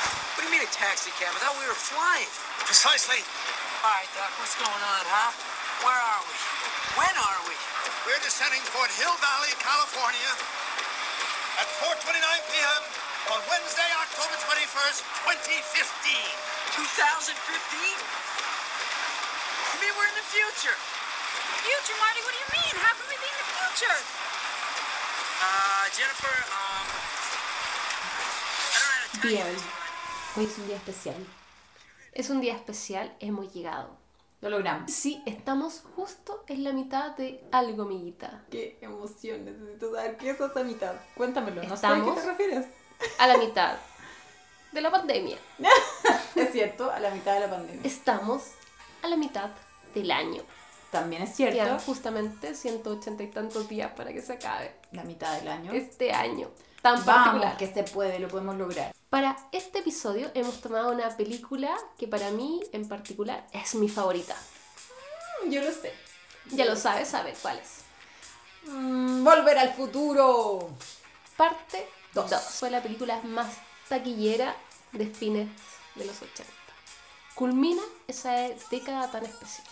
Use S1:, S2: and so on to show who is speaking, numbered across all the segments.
S1: a taxi cab. I thought we were flying.
S2: Precisely.
S1: All right, Doc, what's going on, huh? Where are we? When are we?
S2: We're descending toward Hill Valley, California at 4.29 p.m. on Wednesday, October 21st,
S1: 2015?
S2: 2015.
S1: You mean we're in the future?
S3: Future, Marty, what do you mean? How can we be in the future?
S1: Uh, Jennifer, um... I don't know how to tell you
S4: Bien,
S1: this, but...
S4: hoy es un día especial. Es un día especial, hemos llegado.
S5: Lo logramos.
S4: Sí, estamos justo en la mitad de algo, amiguita.
S5: Qué emoción, necesito saber qué es esa mitad. Cuéntamelo, no sé a
S4: Estamos.
S5: qué te refieres.
S4: A la mitad de la pandemia.
S5: Es cierto, a la mitad de la pandemia.
S4: Estamos a la mitad del año.
S5: También es
S4: Quedan
S5: cierto,
S4: justamente 180 y tantos días para que se acabe
S5: la mitad del año.
S4: este año tan
S5: Vamos,
S4: particular.
S5: que se puede, lo podemos lograr.
S4: Para este episodio hemos tomado una película que para mí en particular es mi favorita.
S5: Mm, Yo lo sé.
S4: Ya lo sabes, a ver cuál es.
S5: Mm, Volver al futuro.
S4: Parte
S5: Dos.
S4: 2. Fue la película más taquillera de fines de los 80. Culmina esa década tan especial.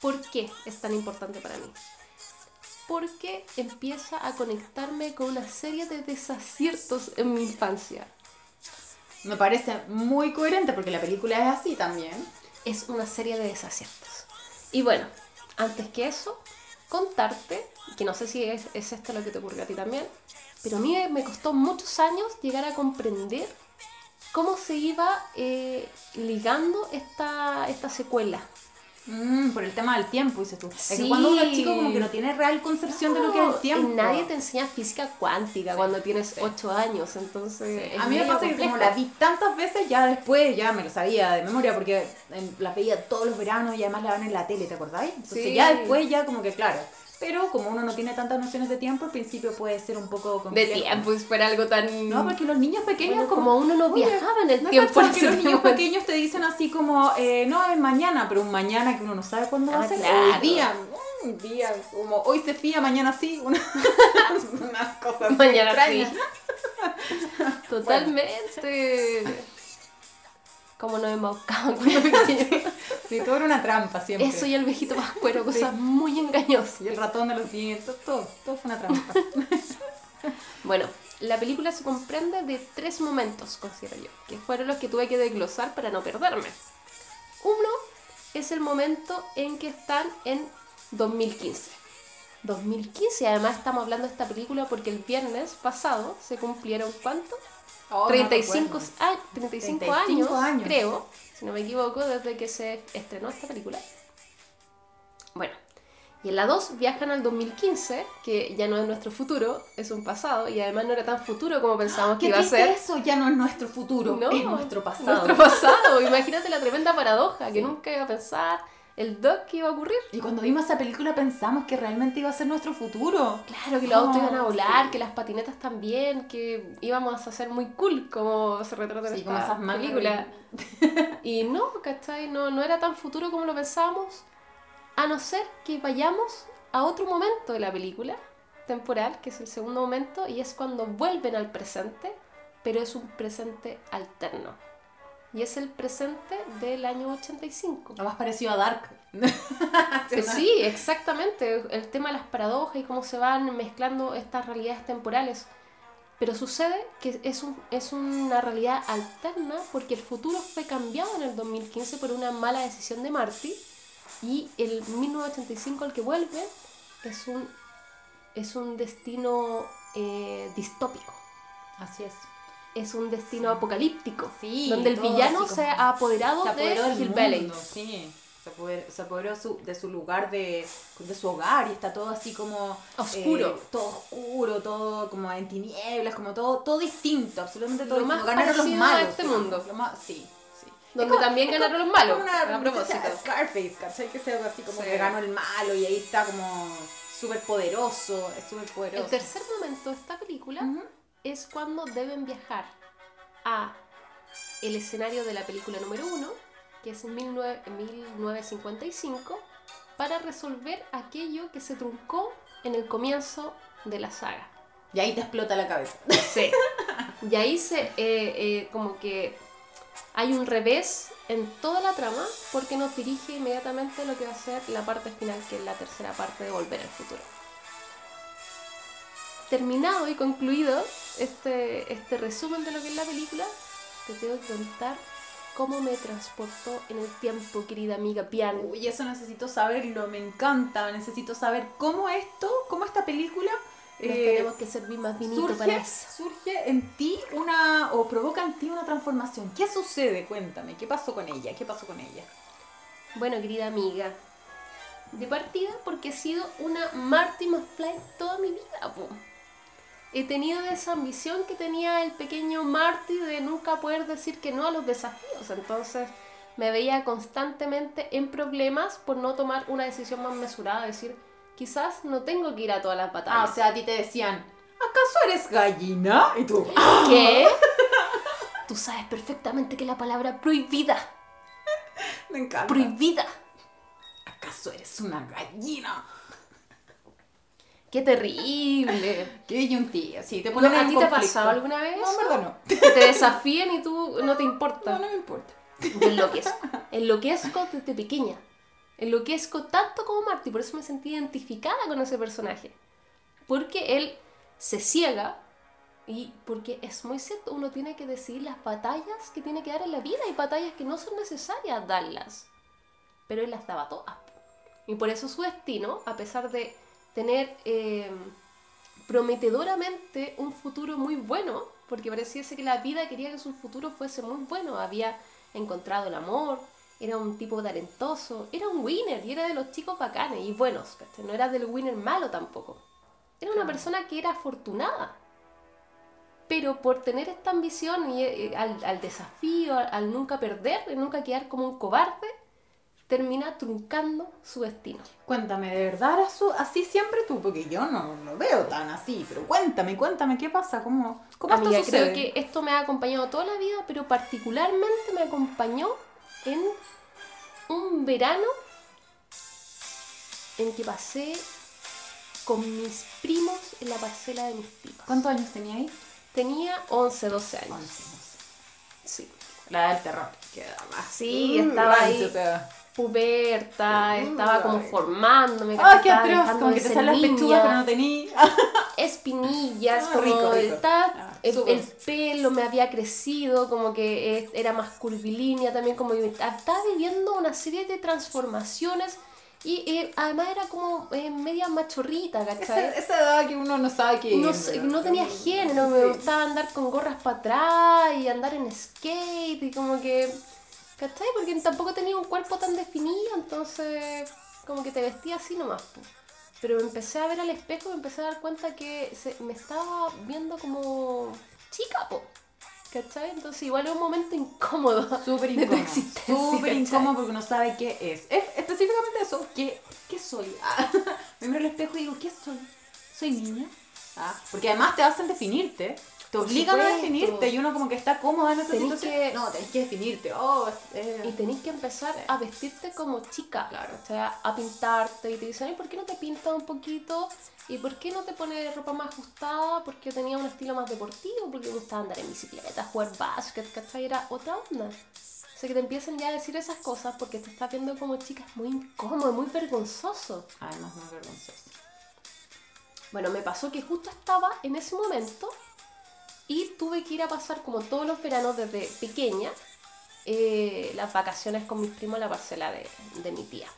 S4: ¿Por qué es tan importante para mí? Porque empieza a conectarme con una serie de desaciertos en mi infancia.
S5: Me parece muy coherente porque la película es así también.
S4: es una serie de desaciertos. Y bueno, antes que eso, contarte, que no sé si es, es esto lo que te ocurrió a ti también, pero a mí me costó muchos años llegar a comprender cómo se iba eh, ligando esta, esta secuela.
S5: Mm, por el tema del tiempo, dices tú. Es
S4: Sí.
S5: que cuando uno es chico como que no tiene real concepción de lo que es el tiempo.
S4: Y nadie te enseña física cuántica cuando tienes 8 años, entonces... es
S5: A mí me
S4: medio
S5: pasa que como
S4: complejo.
S5: la vi tantas veces, ya después ya me lo sabía de memoria, porque en- las veía todos los veranos y además la daban en la tele, ¿te acordáis? Entonces
S4: Sí.
S5: ya después ya como que claro. Pero como uno no tiene tantas nociones de tiempo, al principio puede ser un poco
S4: De
S5: complejo.
S4: tiempo, si fuera algo tan...
S5: No, porque los niños pequeños
S4: Bueno,
S5: como...
S4: como uno no
S5: Oye,
S4: viajaba en el
S5: ¿no
S4: tiempo.
S5: cachas
S4: en
S5: que
S4: ese
S5: los niños
S4: momento?
S5: pequeños te dicen así como, eh, no, es mañana, pero un mañana que uno no sabe cuándo va
S4: Ah,
S5: a ser.
S4: claro.
S5: Hoy día, mm, un día, como hoy se fía, mañana sí. Una, unas cosas
S4: Mañana
S5: extrañas.
S4: sí. Totalmente. Como nos hemos buscado cuando pequeños.
S5: Sí, todo era una trampa siempre.
S4: Eso y el viejito pascuero, cosas muy engañosas.
S5: Y el ratón de los dientes, todo, todo fue una trampa.
S4: Bueno, la película se comprende de tres momentos, considero yo, que fueron los que tuve que desglosar para no perderme. Uno es el momento en que están en 2015. 2015, además estamos hablando de esta película porque el viernes pasado se cumplieron ¿cuánto? Oh,
S5: Oh,
S4: 35, a- 35 años,
S5: 35 años.
S4: creo, si no me equivoco, desde que se estrenó esta película. Bueno, y en la 2 viajan al 2015, que ya no es nuestro futuro, es un pasado, y además no era tan futuro como pensábamos que
S5: Ah, ¿Qué
S4: iba a ser.
S5: eso? Ya no es nuestro futuro,
S4: No,
S5: es nuestro pasado.
S4: Nuestro pasado, imagínate la tremenda paradoja, que nunca iba a pensar el doc que iba a ocurrir.
S5: Y cuando vimos esa película pensamos que realmente iba a ser nuestro futuro.
S4: Claro, que los autos
S5: Oh,
S4: iban a volar,
S5: sí.
S4: que las patinetas también, que íbamos a ser muy cool como se retrata en
S5: Sí, como
S4: esta
S5: esas marcas
S4: película. y no, ¿cachai? No, no era tan futuro como lo pensábamos, a no ser que vayamos a otro momento de la película temporal, que es el segundo momento, y es cuando vuelven al presente, pero es un presente alterno. Y es el presente del año 85.
S5: Lo más parecido a Dark.
S4: Eh, Sí, exactamente. El tema de las paradojas y cómo se van mezclando estas realidades temporales. Pero sucede que es, un- es una realidad alterna porque el futuro fue cambiado en el 2015 por una mala decisión de Marty y el 1985 al que vuelve es un, es un destino eh, distópico,
S5: Así es.
S4: es un destino apocalíptico,
S5: Sí,
S4: donde el
S5: todo
S4: villano
S5: así
S4: se
S5: como-
S4: ha apoderado,
S5: se apoderó
S4: Oh, de
S5: del
S4: Hill Valley.
S5: mundo, sí. Se apoderó, se apoderó su- de su lugar, de, de su hogar, y está todo así como...
S4: Oscuro.
S5: eh, todo oscuro, todo como en tinieblas, como todo todo distinto, absolutamente todo
S4: Lo más
S5: distinto. Ganaron los
S4: parecido a
S5: malos.
S4: este
S5: digamos,
S4: mundo.
S5: lo más- sí, sí.
S4: Donde
S5: Es como-
S4: también
S5: es
S4: ganaron
S5: como-
S4: los malos,
S5: Es como una
S4: a propósito.
S5: princesa Scarface, ¿cachai? Que sea algo así como
S4: Sí.
S5: que ganó el malo y ahí está como súper poderoso, es súper poderoso.
S4: El tercer momento de esta película
S5: Ujú.
S4: es cuando deben viajar a el escenario de la película número uno, que es 19 1955, para resolver aquello que se truncó en el comienzo de la saga.
S5: Y ahí te explota la cabeza.
S4: Sí. Y ahí se, eh, eh, como que hay un revés en toda la trama porque nos dirige inmediatamente lo que va a ser la parte final, que es la tercera parte de Volver al Futuro. Terminado y concluido este, este resumen de lo que es la película, te tengo que contar cómo me transportó en el tiempo, querida amiga Pian.
S5: Uy, eso necesito saberlo, me encanta. Necesito saber cómo esto, cómo esta película
S4: Nos
S5: eh,
S4: tenemos que servir más vinito para
S5: surge,
S4: eso.
S5: surge en ti una, o provoca en ti una transformación. ¿Qué sucede? Cuéntame, ¿qué pasó con ella? ¿Qué pasó con ella?
S4: Bueno, querida amiga, de partida porque he sido una Marty McFly toda mi vida, po. He tenido esa ambición que tenía el pequeño Marty de nunca poder decir que no a los desafíos, entonces me veía constantemente en problemas por no tomar una decisión más mesurada, decir, quizás no tengo que ir a todas las
S5: Ah,
S4: batallas.
S5: o sea, a ti te decían, ¿acaso eres gallina? Y tú, ¡ah!
S4: ¿Qué? Tú sabes perfectamente que la palabra prohibida,
S5: me encanta.
S4: prohibida,
S5: ¿Acaso eres una gallina?
S4: qué terrible.
S5: Qué disyuntiva, sí, te
S4: Bueno,
S5: ponen
S4: ¿A
S5: en
S4: ti te ha
S5: conflicto.
S4: pasado alguna vez?
S5: No, en verdad no.
S4: que te desafíen y tú no te
S5: No,
S4: importa.
S5: no me importa.
S4: Yo enloquezco. Enloquezco desde pequeña. Enloquezco tanto como Marty, por eso me sentí identificada con ese personaje. Porque él se ciega y porque es muy cierto, uno tiene que decidir las batallas que tiene que dar en la vida y batallas que no son necesarias darlas. Pero él las daba todas. Y por eso su destino, a pesar de tener eh, prometedoramente un futuro muy bueno, porque pareciese que la vida quería que su futuro fuese muy bueno, había encontrado el amor, era un tipo talentoso, era un winner y era de los chicos bacanes y buenos, ¿cachai? no era del winner malo tampoco. Era una persona que era afortunada, pero por tener esta ambición y eh, al, al desafío, al, al nunca perder, al nunca quedar como un cobarde, termina truncando su destino.
S5: Cuéntame, ¿de verdad eras su- así siempre tú? Porque yo no lo veo tan así, pero cuéntame, cuéntame, ¿qué pasa? ¿Cómo, cómo esto
S4: Amiga,
S5: sucede?
S4: creo que esto me ha acompañado toda la vida, pero particularmente me acompañó en un verano en que pasé con mis primos en la parcela de mis primos.
S5: ¿Cuántos años tenía ahí?
S4: Tenía 11, 12 años. Sí.
S5: La del terror. Que
S4: Sí,
S5: Mm,
S4: estaba ahí. Puberta, estaba como formándome.
S5: ¡Ay, Ah, qué
S4: estaba
S5: atroz!
S4: dejando
S5: Como
S4: de
S5: que te
S4: ser
S5: salen las pechugas,
S4: niña.
S5: pero no tenía.
S4: espinillas,
S5: Ah,
S4: como
S5: rico, rico.
S4: está-
S5: Ah,
S4: el,
S5: súper.
S4: el pelo me había crecido, como que eh, era más curvilínea también, como que estaba viviendo una serie de transformaciones y eh, además era como eh, media machorrita, ¿cachai?
S5: Esa, esa edad que uno no sabe que.
S4: no, sé, no tenía género, me
S5: Sí.
S4: gustaba andar con gorras para atrás y andar en skate y como que... ¿Cachai? Porque tampoco tenía un cuerpo tan definido, entonces como que te vestía así nomás. po. Pero me empecé a ver al espejo y me empecé a dar cuenta que se- me estaba viendo como chica, po. ¿Cachai? Entonces igual es un momento incómodo.
S5: Súper
S4: de tu
S5: incómodo.
S4: existencia,
S5: Súper
S4: ¿cachai?
S5: incómodo porque no sabe qué es. Es específicamente eso. ¿Qué, qué soy? Ah, me miro al espejo y digo, ¿qué soy? ¿Soy niña? Ah, porque además te hacen definirte. Te obligan a
S4: supuesto.
S5: definirte y uno como que está cómoda en esa
S4: Tenés
S5: situación.
S4: que-
S5: No, tenés que definirte. Oh, eh,
S4: Y tenés que empezar a vestirte como chica, claro. O sea, a pintarte. Y te dicen, "Ay, ¿por qué no te pintas un poquito? ¿Y por qué no te pones ropa más ajustada? Porque yo tenía un estilo más deportivo, porque me gustaba andar en bicicleta, jugar básquet, ¿cachai? Era otra onda. O sea, que te empiecen ya a decir esas cosas porque te estás viendo como chica. Es muy incómodo, muy vergonzoso.
S5: Además, muy vergonzoso.
S4: Bueno, me pasó que justo estaba en ese momento y tuve que ir a pasar como todos los veranos desde pequeña eh, las vacaciones con mis primos en la parcela de, de mi tía.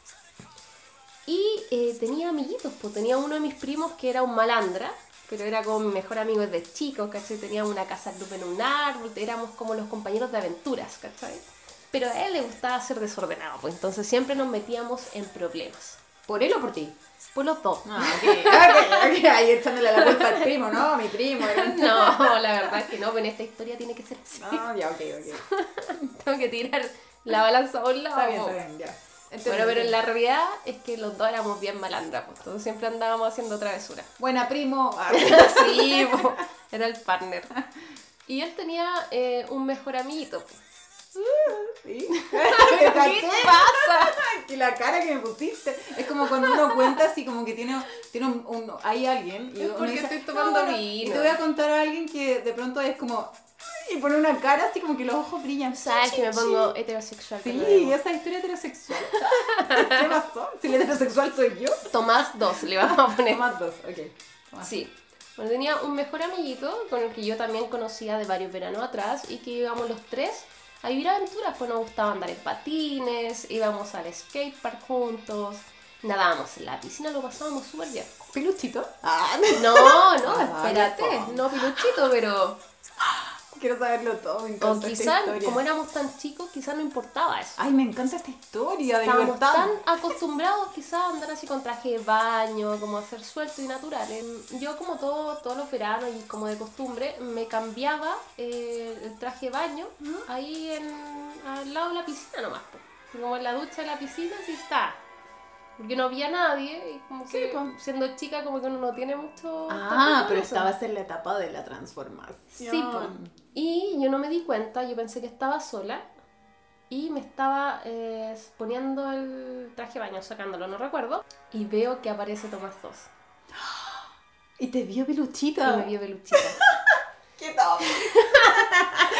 S4: Y eh, tenía amiguitos, pues tenía uno de mis primos que era un malandra, pero era como mi mejor amigo desde chico, ¿cachai? Tenía una casa club en un árbol, éramos como los compañeros de aventuras, ¿cachai? Pero a él le gustaba ser desordenado, pues entonces siempre nos metíamos en problemas.
S5: ¿Por él o por ti?
S4: Por los dos.
S5: Ah, ok, ok, ok. Ahí echándole la culpa al primo, ¿no? Mi primo. Era... un-
S4: No, la verdad es que no, pero en esta historia tiene que ser así.
S5: No, ya, ok, ok.
S4: Tengo que tirar la balanza a un lado.
S5: Está bien, está bien, ya. Entendí,
S4: Bueno, pero en
S5: entendí.
S4: la realidad es que los dos éramos bien malandras, pues todos siempre andábamos haciendo pues, travesuras.
S5: Buena, primo. Ah,
S4: Sí, po, era el partner. Y él tenía eh, un mejor amiguito. po.
S5: ¿Sí? ¿Te caché? pasa? Que la cara que me pusiste. Es como cuando uno cuenta así, como que tiene, tiene un, un- hay alguien. Y
S4: Es
S5: uno
S4: porque
S5: dice,
S4: estoy tomando
S5: bueno", Y
S4: vino.
S5: te voy a contar a alguien que de pronto es como. "Ay", Y pone una cara así como que los ojos brillan.
S4: Sabes que me pongo este heterosexual. con lo
S5: Sí,
S4: demás.
S5: esa historia heterosexual. ¿Qué pasó? Si el heterosexual soy yo.
S4: Tomás 2, le vamos a poner.
S5: Tomás dos, ok. Tomás.
S4: Sí. Bueno, tenía un mejor amiguito con el que yo también conocía de varios veranos atrás y que íbamos los tres a vivir aventuras. Pues nos gustaba andar en patines, íbamos al skatepark juntos, nadábamos en la piscina, lo pasábamos súper bien.
S5: Peluchito. Ah,
S4: No, no,
S5: Ah,
S4: espérate,
S5: vale, po.
S4: no piluchito, pero.
S5: quiero saberlo todo. Me
S4: O
S5: encanta esta
S4: quizás,
S5: historia.
S4: como éramos tan chicos, quizás no importaba eso.
S5: Ay, me encanta esta historia de
S4: Estábamos
S5: libertad.
S4: tan acostumbrados quizás a andar así con traje de baño, como a ser suelto y natural. Em, Yo como todo, todos los veranos y como de costumbre, me cambiaba eh, el traje de baño ahí en, al lado de la piscina nomás. po. Como en la ducha de la piscina, así está. Porque no había nadie y como que
S5: po.
S4: siendo chica como que uno no tiene mucho...
S5: Ah,
S4: tanto
S5: pero
S4: eso.
S5: estabas en la etapa de la transformación.
S4: Sí, pues. po. Y yo no me di cuenta, yo pensé que estaba sola y me estaba eh, poniendo el traje de baño, sacándolo, no recuerdo. Y veo que aparece Tomás 2
S5: Y te vio
S4: y me
S5: peluchita.
S4: vio peluchita.
S5: ¿Qué tal?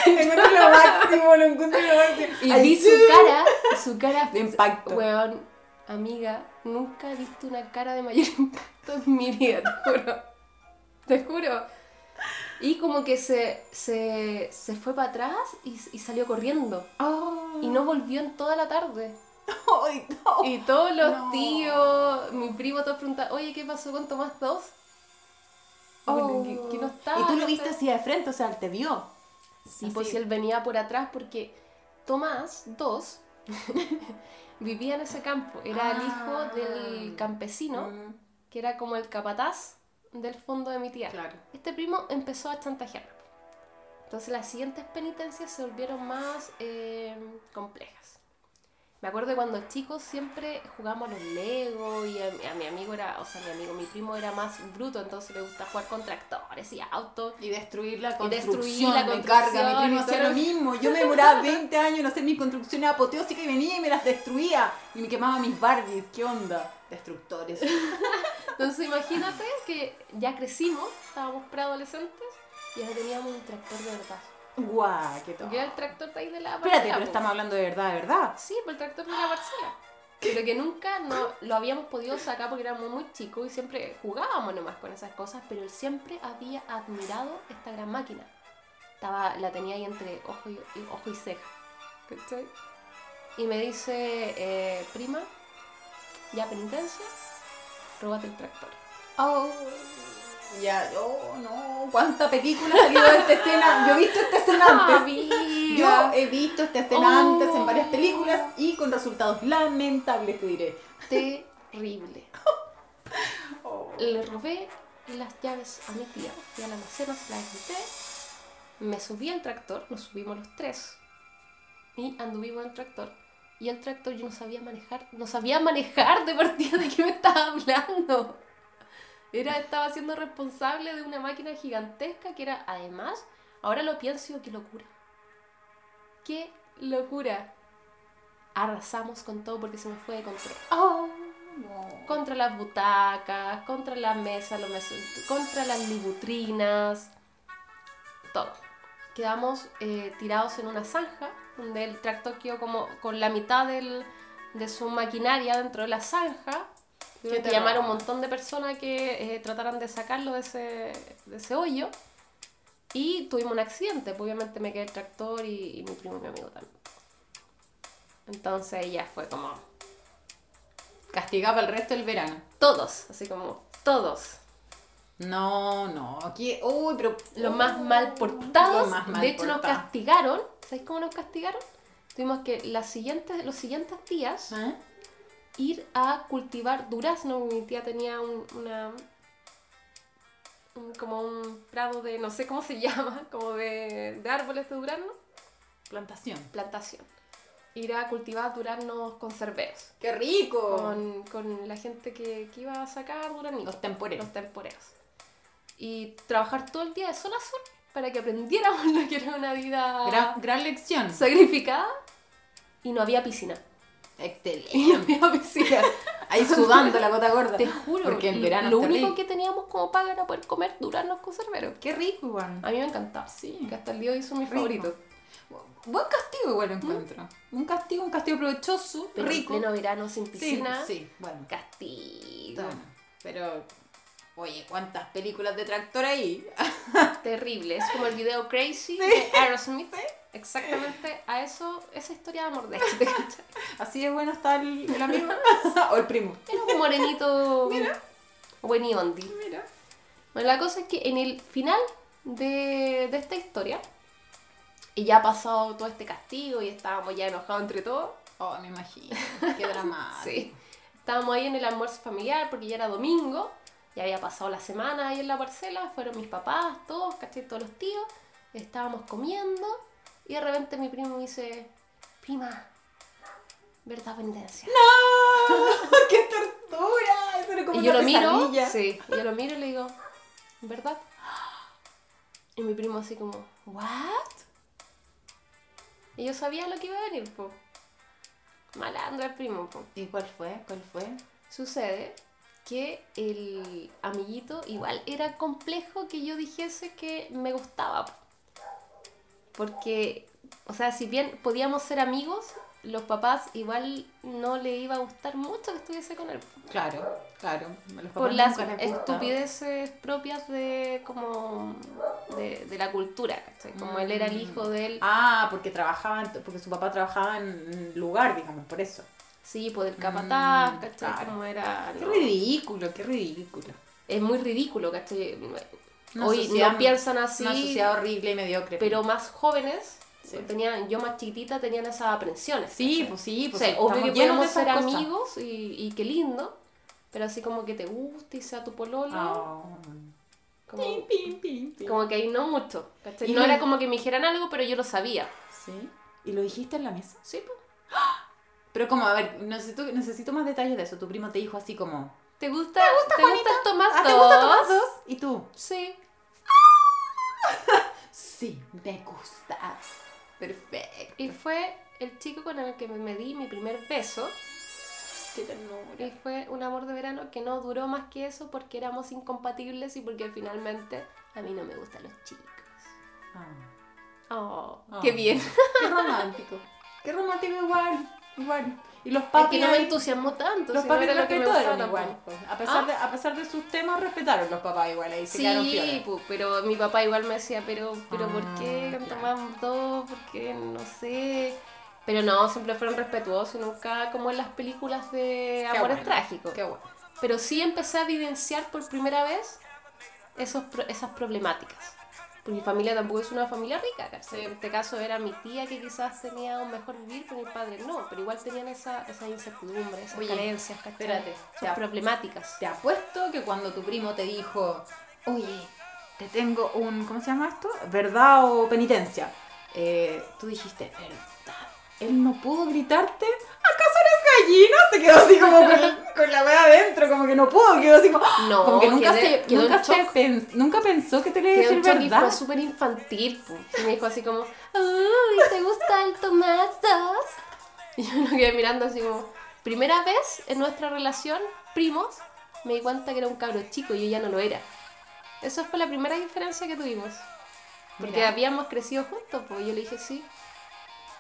S5: encuentro lo máximo, lo encuentro lo máximo.
S4: Y
S5: Ay,
S4: vi su
S5: sí.
S4: cara, y su cara
S5: De impacto.
S4: Weón, amiga, nunca he visto una cara de mayor impacto en mi vida, te juro. Te juro. Y como que se, se, se fue para atrás y, y salió corriendo.
S5: Oh.
S4: Y no volvió en toda la tarde.
S5: Ay, no.
S4: Y todos los
S5: No.
S4: tíos, mi primo, todos preguntaban, oye, ¿qué pasó con Tomás 2?
S5: Oh.
S4: Que, que no estaba.
S5: Y tú lo
S4: no
S5: viste
S4: estaba.
S5: así de frente, o sea, te vio.
S4: Sí, pues
S5: así.
S4: si él venía por atrás porque Tomás 2 vivía en ese campo. Era el
S5: Ah.
S4: hijo del campesino,
S5: Mm,
S4: que era como el capataz del fondo de mi tía.
S5: Claro.
S4: Este primo empezó a chantajear. Entonces las siguientes penitencias se volvieron más eh, complejas. Me acuerdo que cuando chicos siempre jugamos a los Lego y a, a mi amigo era, o sea, mi amigo, mi primo era más bruto, entonces le gusta jugar con tractores y autos.
S5: Y destruir la
S4: Y destruir
S5: construcción,
S4: la
S5: me carga,
S4: construcción
S5: mi primo
S4: y
S5: hacía
S4: todo.
S5: lo mismo. Yo me demoraba 20 años en hacer mis construcciones apoteósicas y venía y me las destruía. Y me quemaba mis Barbies, ¿qué onda? Destructores.
S4: Entonces imagínate que ya crecimos, estábamos preadolescentes y ahora teníamos un tractor de verdad.
S5: Guau, qué
S4: Porque
S5: tal.
S4: era el tractor de ahí de la
S5: Espérate,
S4: parcela,
S5: pero
S4: po.
S5: estamos hablando de verdad, de verdad.
S4: Sí, por el tractor de la parcela. Pero que nunca no, lo habíamos podido sacar porque éramos muy chicos y siempre jugábamos nomás con esas cosas, pero él siempre había admirado esta gran máquina. Estaba, la tenía ahí entre ojo y, y- ojo y ceja. ¿Cachai? Y me dice, eh, prima, ya penitencia, róbate el tractor.
S5: Oh, ya, oh, no. ¿Cuánta película salió de esta escena? Yo he visto esta escena antes. Yo
S4: Amiga,
S5: he visto esta escena antes en
S4: Ah, Oh.
S5: varias películas y con resultados lamentables, te diré.
S4: terrible.
S5: Oh.
S4: Le robé las llaves a mi tía, y al almacén las quité. Me subí al tractor, nos subimos los tres. Y anduvimos al tractor. Y el tractor yo no sabía manejar, no sabía manejar de partida de qué me estaba hablando. Era, estaba siendo responsable de una máquina gigantesca que era, además, ahora lo pienso y digo, qué locura. Qué locura. Arrasamos con todo porque se me fue de control
S5: Oh, no.
S4: contra las butacas, contra las mesas, los mes- contra las libutrinas, todo. Quedamos eh, tirados en una zanja, donde el tractor quedó como con la mitad del- de su maquinaria dentro de la zanja. Tuve
S5: Qué
S4: que llamar a un
S5: terror.
S4: montón de personas que eh, trataran de sacarlo de ese, de ese hoyo. Y tuvimos un accidente, pues obviamente me quedé el tractor y, y mi primo y mi amigo también. Entonces ya fue como
S5: Castigaba el resto del verano.
S4: todos, así como todos.
S5: No, no, aquí, uy, pero
S4: los más mal portados.
S5: Los más mal
S4: de hecho,
S5: portados.
S4: nos castigaron. ¿Sabéis cómo nos castigaron? Tuvimos que las siguientes, los siguientes días
S5: ¿Eh?
S4: ir a cultivar durazno. Mi tía tenía un, una. un- como un prado de. no sé cómo se llama, como de, de árboles de durazno.
S5: Plantación.
S4: Plantación. Ir a cultivar duraznos con cerveros.
S5: ¡Qué rico!
S4: Con, con la gente que, que iba a sacar duranitos.
S5: Los temporeros.
S4: Los temporeros. Y trabajar todo el día de sol a sol. para que aprendiéramos lo que era una vida
S5: Gran, gran lección.
S4: sacrificada y no había piscina.
S5: Excelente.
S4: Y no había piscina.
S5: Ahí sudando la gota gorda.
S4: Te juro,
S5: Porque en
S4: y
S5: verano
S4: lo
S5: está
S4: único
S5: rico.
S4: que teníamos como paga era poder comer duraznos con cervero.
S5: Qué rico, Juan.
S4: A mí me encantaba.
S5: Sí.
S4: Que hasta el día de hoy son mis
S5: Rico.
S4: favoritos.
S5: Buen castigo igual lo encuentro. Un castigo, un castigo provechoso,
S4: Pero
S5: rico.
S4: En pleno verano, sin
S5: Sí,
S4: piscina.
S5: Sí, bueno.
S4: Castigo.
S5: Está. Pero, oye, ¿cuántas películas de tractor ahí?
S4: Terrible. Es como el video Crazy de Aerosmith. Exactamente a eso, esa historia de amor de este, ¿cachai?
S5: Así de bueno está el, el amigo o el primo.
S4: Era un morenito. Buen y ondi.
S5: Mira.
S4: Bueno, la cosa es que en el final de, de esta historia, y ya ha pasado todo este castigo y estábamos ya enojados entre todos,
S5: Oh, me imagino. Qué dramático.
S4: sí. Estábamos ahí en el almuerzo familiar porque ya era domingo, ya había pasado la semana ahí en la parcela, fueron mis papás, todos, caché, todos los tíos, estábamos comiendo y de repente mi primo me dice, prima, verdad penitencia.
S5: ¡No! ¡Qué tortura! Eso era como
S4: y yo
S5: una
S4: lo miro,
S5: pesadilla.
S4: sí, y yo lo miro y le digo, ¿verdad? Y mi primo así como, ¿what? Y yo sabía lo que iba a venir, po. Malandro el primo, po.
S5: ¿Y cuál fue? ¿Cuál fue?
S4: Sucede que el amiguito igual era complejo que yo dijese que me gustaba. po. Porque, o sea, si bien podíamos ser amigos, los papás igual no le iba a gustar mucho que estuviese con él. po
S5: Claro, claro. Los papás
S4: por las
S5: nunca les gusta.
S4: estupideces propias de como de, de la cultura ¿cachai? como él era el hijo de él
S5: Mm. Ah, porque trabajaban, porque su papá trabajaba en lugar, digamos, por eso.
S4: sí por el capataz
S5: Mm,
S4: ¿cachai?
S5: claro.
S4: como era
S5: Qué
S4: no.
S5: ridículo, qué ridículo.
S4: es muy ridículo ¿cachai?
S5: Una
S4: hoy
S5: sociedad-
S4: no piensan
S5: Una
S4: así
S5: sociedad horrible y mediocre.
S4: pero más jóvenes
S5: Sí.
S4: tenían yo más chiquitita tenían esas aprensiones
S5: sí,
S4: ¿cachai?
S5: pues sí,
S4: o
S5: pues
S4: sea,
S5: sí,
S4: obvio
S5: estamos
S4: que
S5: llenos de
S4: podemos
S5: esas
S4: ser
S5: cosas.
S4: amigos y, y qué lindo pero así como que te guste y sea tu pololo
S5: Ah.
S4: como,
S5: Pim, pim, pim, pim.
S4: como que ahí no mucho ¿cachai?
S5: Y
S4: no
S5: lo-
S4: era como que me dijeran algo pero yo lo sabía
S5: Sí. ¿Y lo dijiste en la mesa?
S4: sí pues
S5: Pero como, a ver, necesito, necesito más detalles de eso. Tu primo te dijo así como...
S4: ¿Te gusta? ¿Te gusta, Tomás
S5: Ah, ¿te
S4: dos?
S5: gusta tomar dos? ¿Y tú?
S4: Sí.
S5: Sí, me gusta. Perfecto.
S4: Y fue el chico con el que me di mi primer beso.
S5: Qué ternura.
S4: Y fue un amor de verano que no duró más que eso porque éramos incompatibles y porque finalmente a mí no me gustan los chicos.
S5: Ah,
S4: Oh,
S5: Ah.
S4: qué bien.
S5: qué romántico. qué romántico igual. Igual. Y los
S4: Es
S5: papi
S4: que no me
S5: ahí-
S4: entusiasmó tanto.
S5: Los
S4: si no
S5: papis
S4: era lo que me gustaba
S5: respetaron igual.
S4: tampoco.
S5: pues. A pesar,
S4: Ah.
S5: de, a pesar de sus temas, respetaron los papás igual. Ahí se quedaron
S4: Sí,
S5: piola.
S4: pu, pero mi papá igual me decía, pero, pero
S5: Ah,
S4: ¿por qué
S5: claro.
S4: tomamos dos? ¿Por qué? No sé. Pero no, siempre fueron respetuosos y nunca como en las películas de
S5: Qué
S4: amores
S5: bueno,
S4: trágicos.
S5: Qué bueno.
S4: Pero sí empecé a evidenciar por primera vez esos, pro- esas problemáticas. Porque mi familia tampoco es una familia rica. ¿cachai? En este caso era mi tía que quizás tenía un mejor vivir, pero mi padre no. Pero igual tenían esa, esa incertidumbre, esas
S5: Oye,
S4: carencias, ¿cachai?
S5: espérate,
S4: esas
S5: ya.
S4: problemáticas.
S5: Te apuesto que cuando tu primo te dijo, oye, te tengo un, ¿cómo se llama esto? ¿Verdad o penitencia? Eh, tú dijiste, ¿verdad? Él no pudo gritarte. ¿Acaso eres gallina? Se quedó así como con, con la wea adentro, como que no pudo, quedó así como...
S4: No,
S5: como que nunca,
S4: quedé-
S5: se,
S4: quedó en
S5: nunca, se
S4: shock.
S5: pens- nunca pensó que te le iba a
S4: Quedó
S5: decir
S4: un choque y
S5: verdad.
S4: fue súper infantil. pu. Y me dijo así como, uy, ¿te gusta el Tomás 2? Y yo me quedé mirando así como, primera vez en nuestra relación, primos, me di cuenta que era un cabro chico y yo ya no lo era. Esa fue la primera diferencia que tuvimos. Porque
S5: Mira.
S4: habíamos crecido juntos, pues yo le dije sí.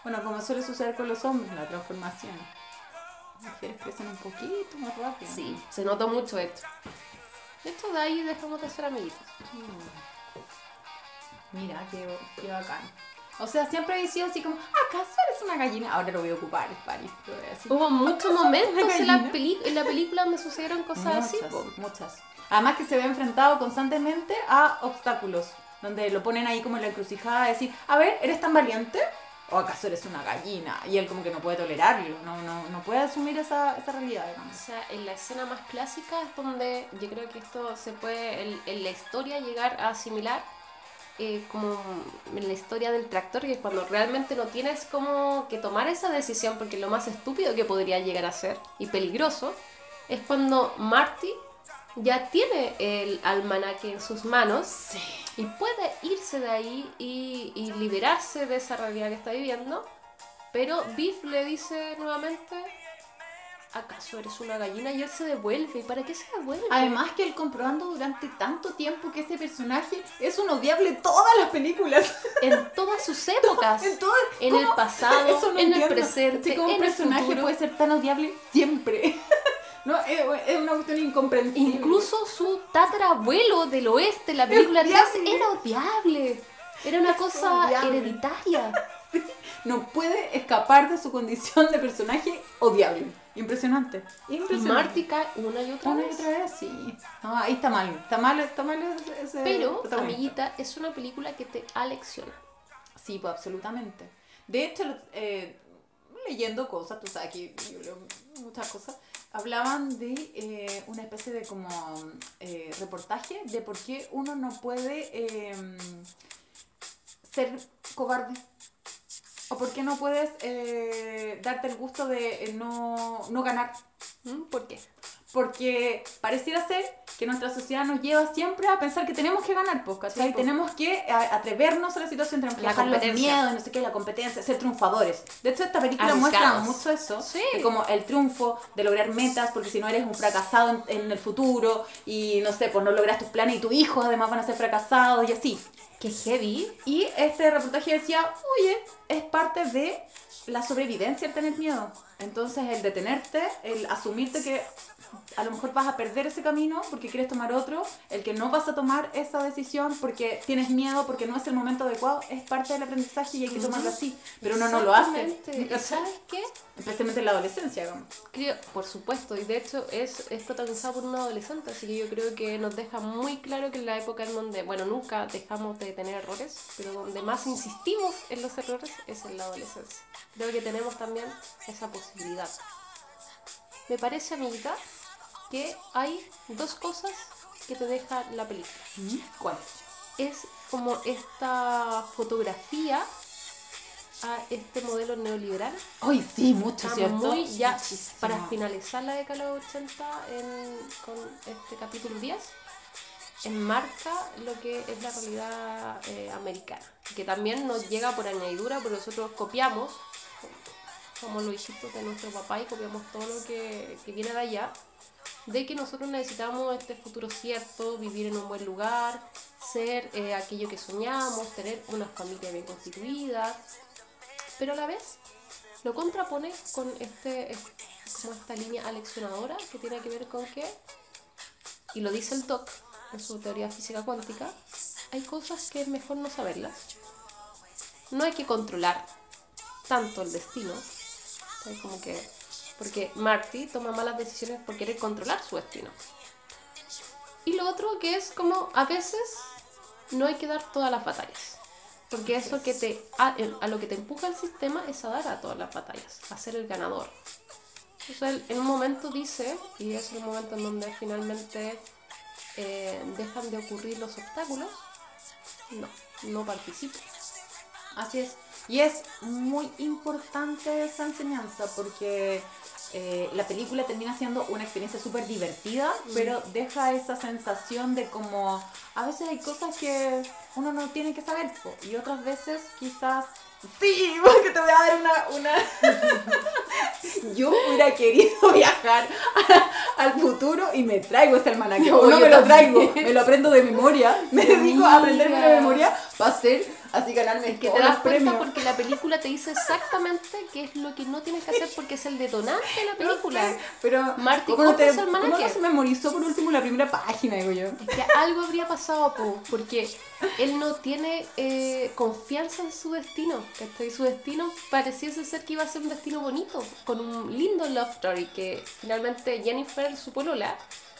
S5: Bueno, como suele suceder con los hombres, la transformación. Las mujeres crecen un poquito más rápido.
S4: Se notó mucho esto. De hecho, de ahí dejamos de ser amiguitos.
S5: Mira, qué, qué bacán. O sea, siempre he sido así como, ¿acaso eres una gallina? Ahora lo voy a ocupar, París. lo voy a decir.
S4: Hubo muchos
S5: ¿Acaso eres
S4: momentos
S5: una
S4: en la,
S5: gallina?
S4: peli- en la película me sucedieron cosas así. po.
S5: Muchas, muchas. Además que se ve enfrentado constantemente a obstáculos, donde lo ponen ahí como en la encrucijada, a decir, a ver, ¿eres tan valiente? ¿O acaso eres una gallina? Y él como que no puede tolerarlo, no, no, no puede asumir esa, esa realidad,
S4: O
S5: digamos.
S4: sea, en la escena más clásica es donde yo creo que esto se puede en, en la historia llegar a asimilar eh, como en la historia del tractor, que es cuando realmente no tienes como que tomar esa decisión, porque lo más estúpido que podría llegar a ser y peligroso es cuando Marty ya tiene el almanaque en sus manos y puede irse de ahí y, y liberarse de esa realidad que está viviendo. Pero Biff le dice nuevamente, ¿acaso eres una gallina? Y él se devuelve. ¿Y para qué se devuelve?
S5: Además que él comprobando durante tanto tiempo que ese personaje es un odiable en todas las películas.
S4: en todas sus épocas.
S5: En todo-
S4: en
S5: ¿cómo?
S4: el pasado,
S5: Eso no
S4: en
S5: entiendo.
S4: el presente,
S5: Sí, ¿cómo
S4: en
S5: un personaje
S4: el futuro.
S5: puede ser tan odiable siempre. no, es, es una cuestión incomprensible.
S4: Incluso su tatarabuelo del oeste, la película
S5: odiable.
S4: 3, era odiable. Era una cosa
S5: odiable.
S4: hereditaria.
S5: no puede escapar de su condición de personaje odiable. Impresionante.
S4: Y
S5: Impresionante.
S4: Marty cae una y otra
S5: Una y
S4: vez.
S5: otra vez, sí. No, ahí está mal. Está mal, está mal ese- ese
S4: Pero,
S5: protagonista.
S4: amiguita, es una película que te alecciona.
S5: Sí, pues absolutamente. De hecho, lo- eh, leyendo cosas, tú sabes que yo leo muchas cosas, hablaban de eh, una especie de como eh, reportaje de por qué uno no puede eh, ser cobarde. O por qué no puedes eh, darte el gusto de eh, no, no ganar.
S4: ¿Mm? ¿Por qué?
S5: Porque pareciera ser que nuestra sociedad nos lleva siempre a pensar que tenemos que ganar, pues, ¿cachai?
S4: Sí, po.
S5: tenemos que a- atrevernos a la situación, tenemos que
S4: La
S5: dejar los
S4: competencia.
S5: miedos, no sé qué, la competencia, ser triunfadores. De hecho, esta película
S4: Arriesgados.
S5: muestra mucho eso,
S4: Sí.
S5: de como el triunfo, de lograr metas, porque si no eres un fracasado en, en el futuro y, no sé, pues no logras tus planes y tus hijos además van a ser fracasados y así.
S4: Que heavy.
S5: Y este reportaje decía, oye, es parte de la sobrevivencia el tener miedo. Entonces el detenerte, el asumirte que a lo mejor vas a perder ese camino porque quieres tomar otro, el que no vas a tomar esa decisión porque tienes miedo, porque no es el momento adecuado, es parte del aprendizaje y hay que tomarlo así. Pero uno no lo hace.
S4: Exactamente. ¿Y ¿Sabes qué?
S5: Especialmente en la adolescencia, digamos.
S4: Creo, por supuesto, y de hecho es, es protagonizado por un adolescente, así que yo creo que nos deja muy claro que en la época en donde, bueno, nunca dejamos de tener errores, pero donde más insistimos en los errores es en la adolescencia. Creo que tenemos también esa posibilidad. Me parece, amiguita, que hay dos cosas que te deja la película.
S5: ¿Cuál?
S4: Es como esta fotografía a este modelo neoliberal
S5: Ay, sí, mucho,
S4: Está
S5: ¿cierto?
S4: muy ya
S5: Muchísimo.
S4: para finalizar la década de los 80 en- con este capítulo 10 enmarca lo que es la realidad eh, americana que también nos llega por añadidura porque nosotros copiamos como lo hijitos de nuestro papá y copiamos todo lo que, que viene de allá de que nosotros necesitamos este futuro cierto, vivir en un buen lugar, ser eh, aquello que soñamos, tener una familia bien constituida, pero a la vez lo contrapone con este, es- como esta línea aleccionadora que tiene que ver con que, y lo dice el TOC en su teoría física cuántica, hay cosas que es mejor no saberlas. No hay que controlar tanto el destino, ¿cachai? como que, porque Marty toma malas decisiones por querer controlar su destino. Y lo otro que es como a veces no hay que dar todas las batallas. Porque eso que te a, a lo que te empuja el sistema es a dar a todas las batallas, a ser el ganador. O sea, él en un momento dice, y es el momento en donde finalmente eh, dejan de ocurrir los obstáculos, no, no participo.
S5: Así es. Y es muy importante esa enseñanza porque eh, la película termina siendo una experiencia súper divertida, pero deja esa sensación de como a veces hay cosas que uno no tiene que saber po, y otras veces quizás... Sí, porque te voy a dar una... una- Yo hubiera querido viajar a- al futuro y me traigo ese almanaque.
S4: No,
S5: o no
S4: yo
S5: me lo
S4: también.
S5: traigo, me lo aprendo de memoria. Me dedico a aprenderme de
S4: Amiga.
S5: memoria para ser así ganarme
S4: Que te das cuenta porque la película te dice exactamente qué es lo que no tienes que hacer porque es el detonante de la película.
S5: pero
S4: Marty,
S5: ¿cómo no,
S4: compra
S5: te,
S4: su
S5: cómo
S4: almanaque?
S5: no se memorizó por último la primera página, digo yo?
S4: Es que algo habría pasado, po, porque él no tiene eh, confianza en su destino. ¿cachai? Su destino pareciese ser que iba a ser un destino bonito, con un lindo love story, que finalmente Jennifer, su polola,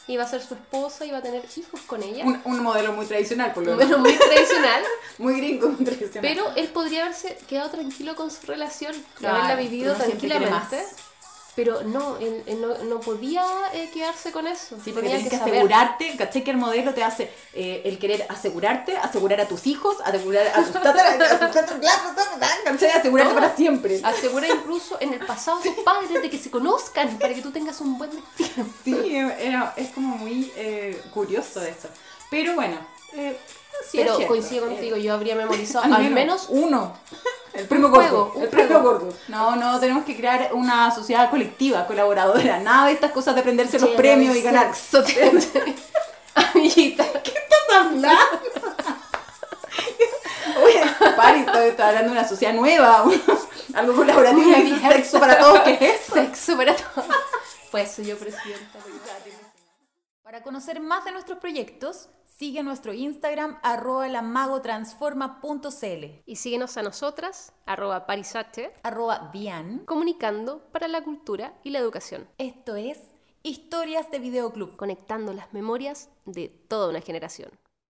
S4: iba a ser su esposa, iba a tener hijos con ella.
S5: Un, un modelo muy tradicional, por lo
S4: Un
S5: menos.
S4: modelo muy tradicional,
S5: Muy gringo, muy tradicional.
S4: pero él podría haberse quedado tranquilo con su relación, de
S5: Claro,
S4: haberla vivido
S5: uno siempre quiere
S4: tranquilamente.
S5: más.
S4: Pero no, él, él no, no podía eh, quedarse con eso.
S5: Sí, porque
S4: tenía
S5: tienes que,
S4: saber.
S5: asegurarte, ¿cachai? Que el modelo te hace eh, el querer asegurarte, asegurar a tus hijos, asegurar a tus tatara- a tus tatara- ¿cachai? Asegurarte
S4: Todo.
S5: para siempre.
S4: Asegura incluso en el pasado a tus padres de que se conozcan para que tú tengas un buen destino.
S5: Sí, era- es como muy eh, curioso eso. Pero bueno, eh, sí, es
S4: Pero
S5: cierto.
S4: coincido contigo, yo habría memorizado
S5: Al, menos, uno. El primo gordo.
S4: juego, un
S5: el primo
S4: juego.
S5: gordo. No, no, tenemos que crear una sociedad colectiva, colaboradora. Nada de estas cosas de prenderse los
S4: Lleno
S5: premios
S4: de
S5: y ganar.
S4: amiguita.
S5: estás hablando? Oye, Paris está, está hablando de una sociedad nueva, un- algo colaborativo,
S4: Una
S5: dice
S4: mierda.
S5: sexo para todos, ¿qué es eso?
S4: Sexo para todos. Pues soy yo presidenta.
S6: Para conocer más de nuestros proyectos, sigue nuestro Instagram arroba lamagotransforma.cl
S4: Y síguenos a nosotras, arroba parisate,
S6: arroba Bian.
S4: comunicando para la cultura y la educación,
S6: Esto es Historias de Videoclub.
S4: conectando las memorias de toda una generación.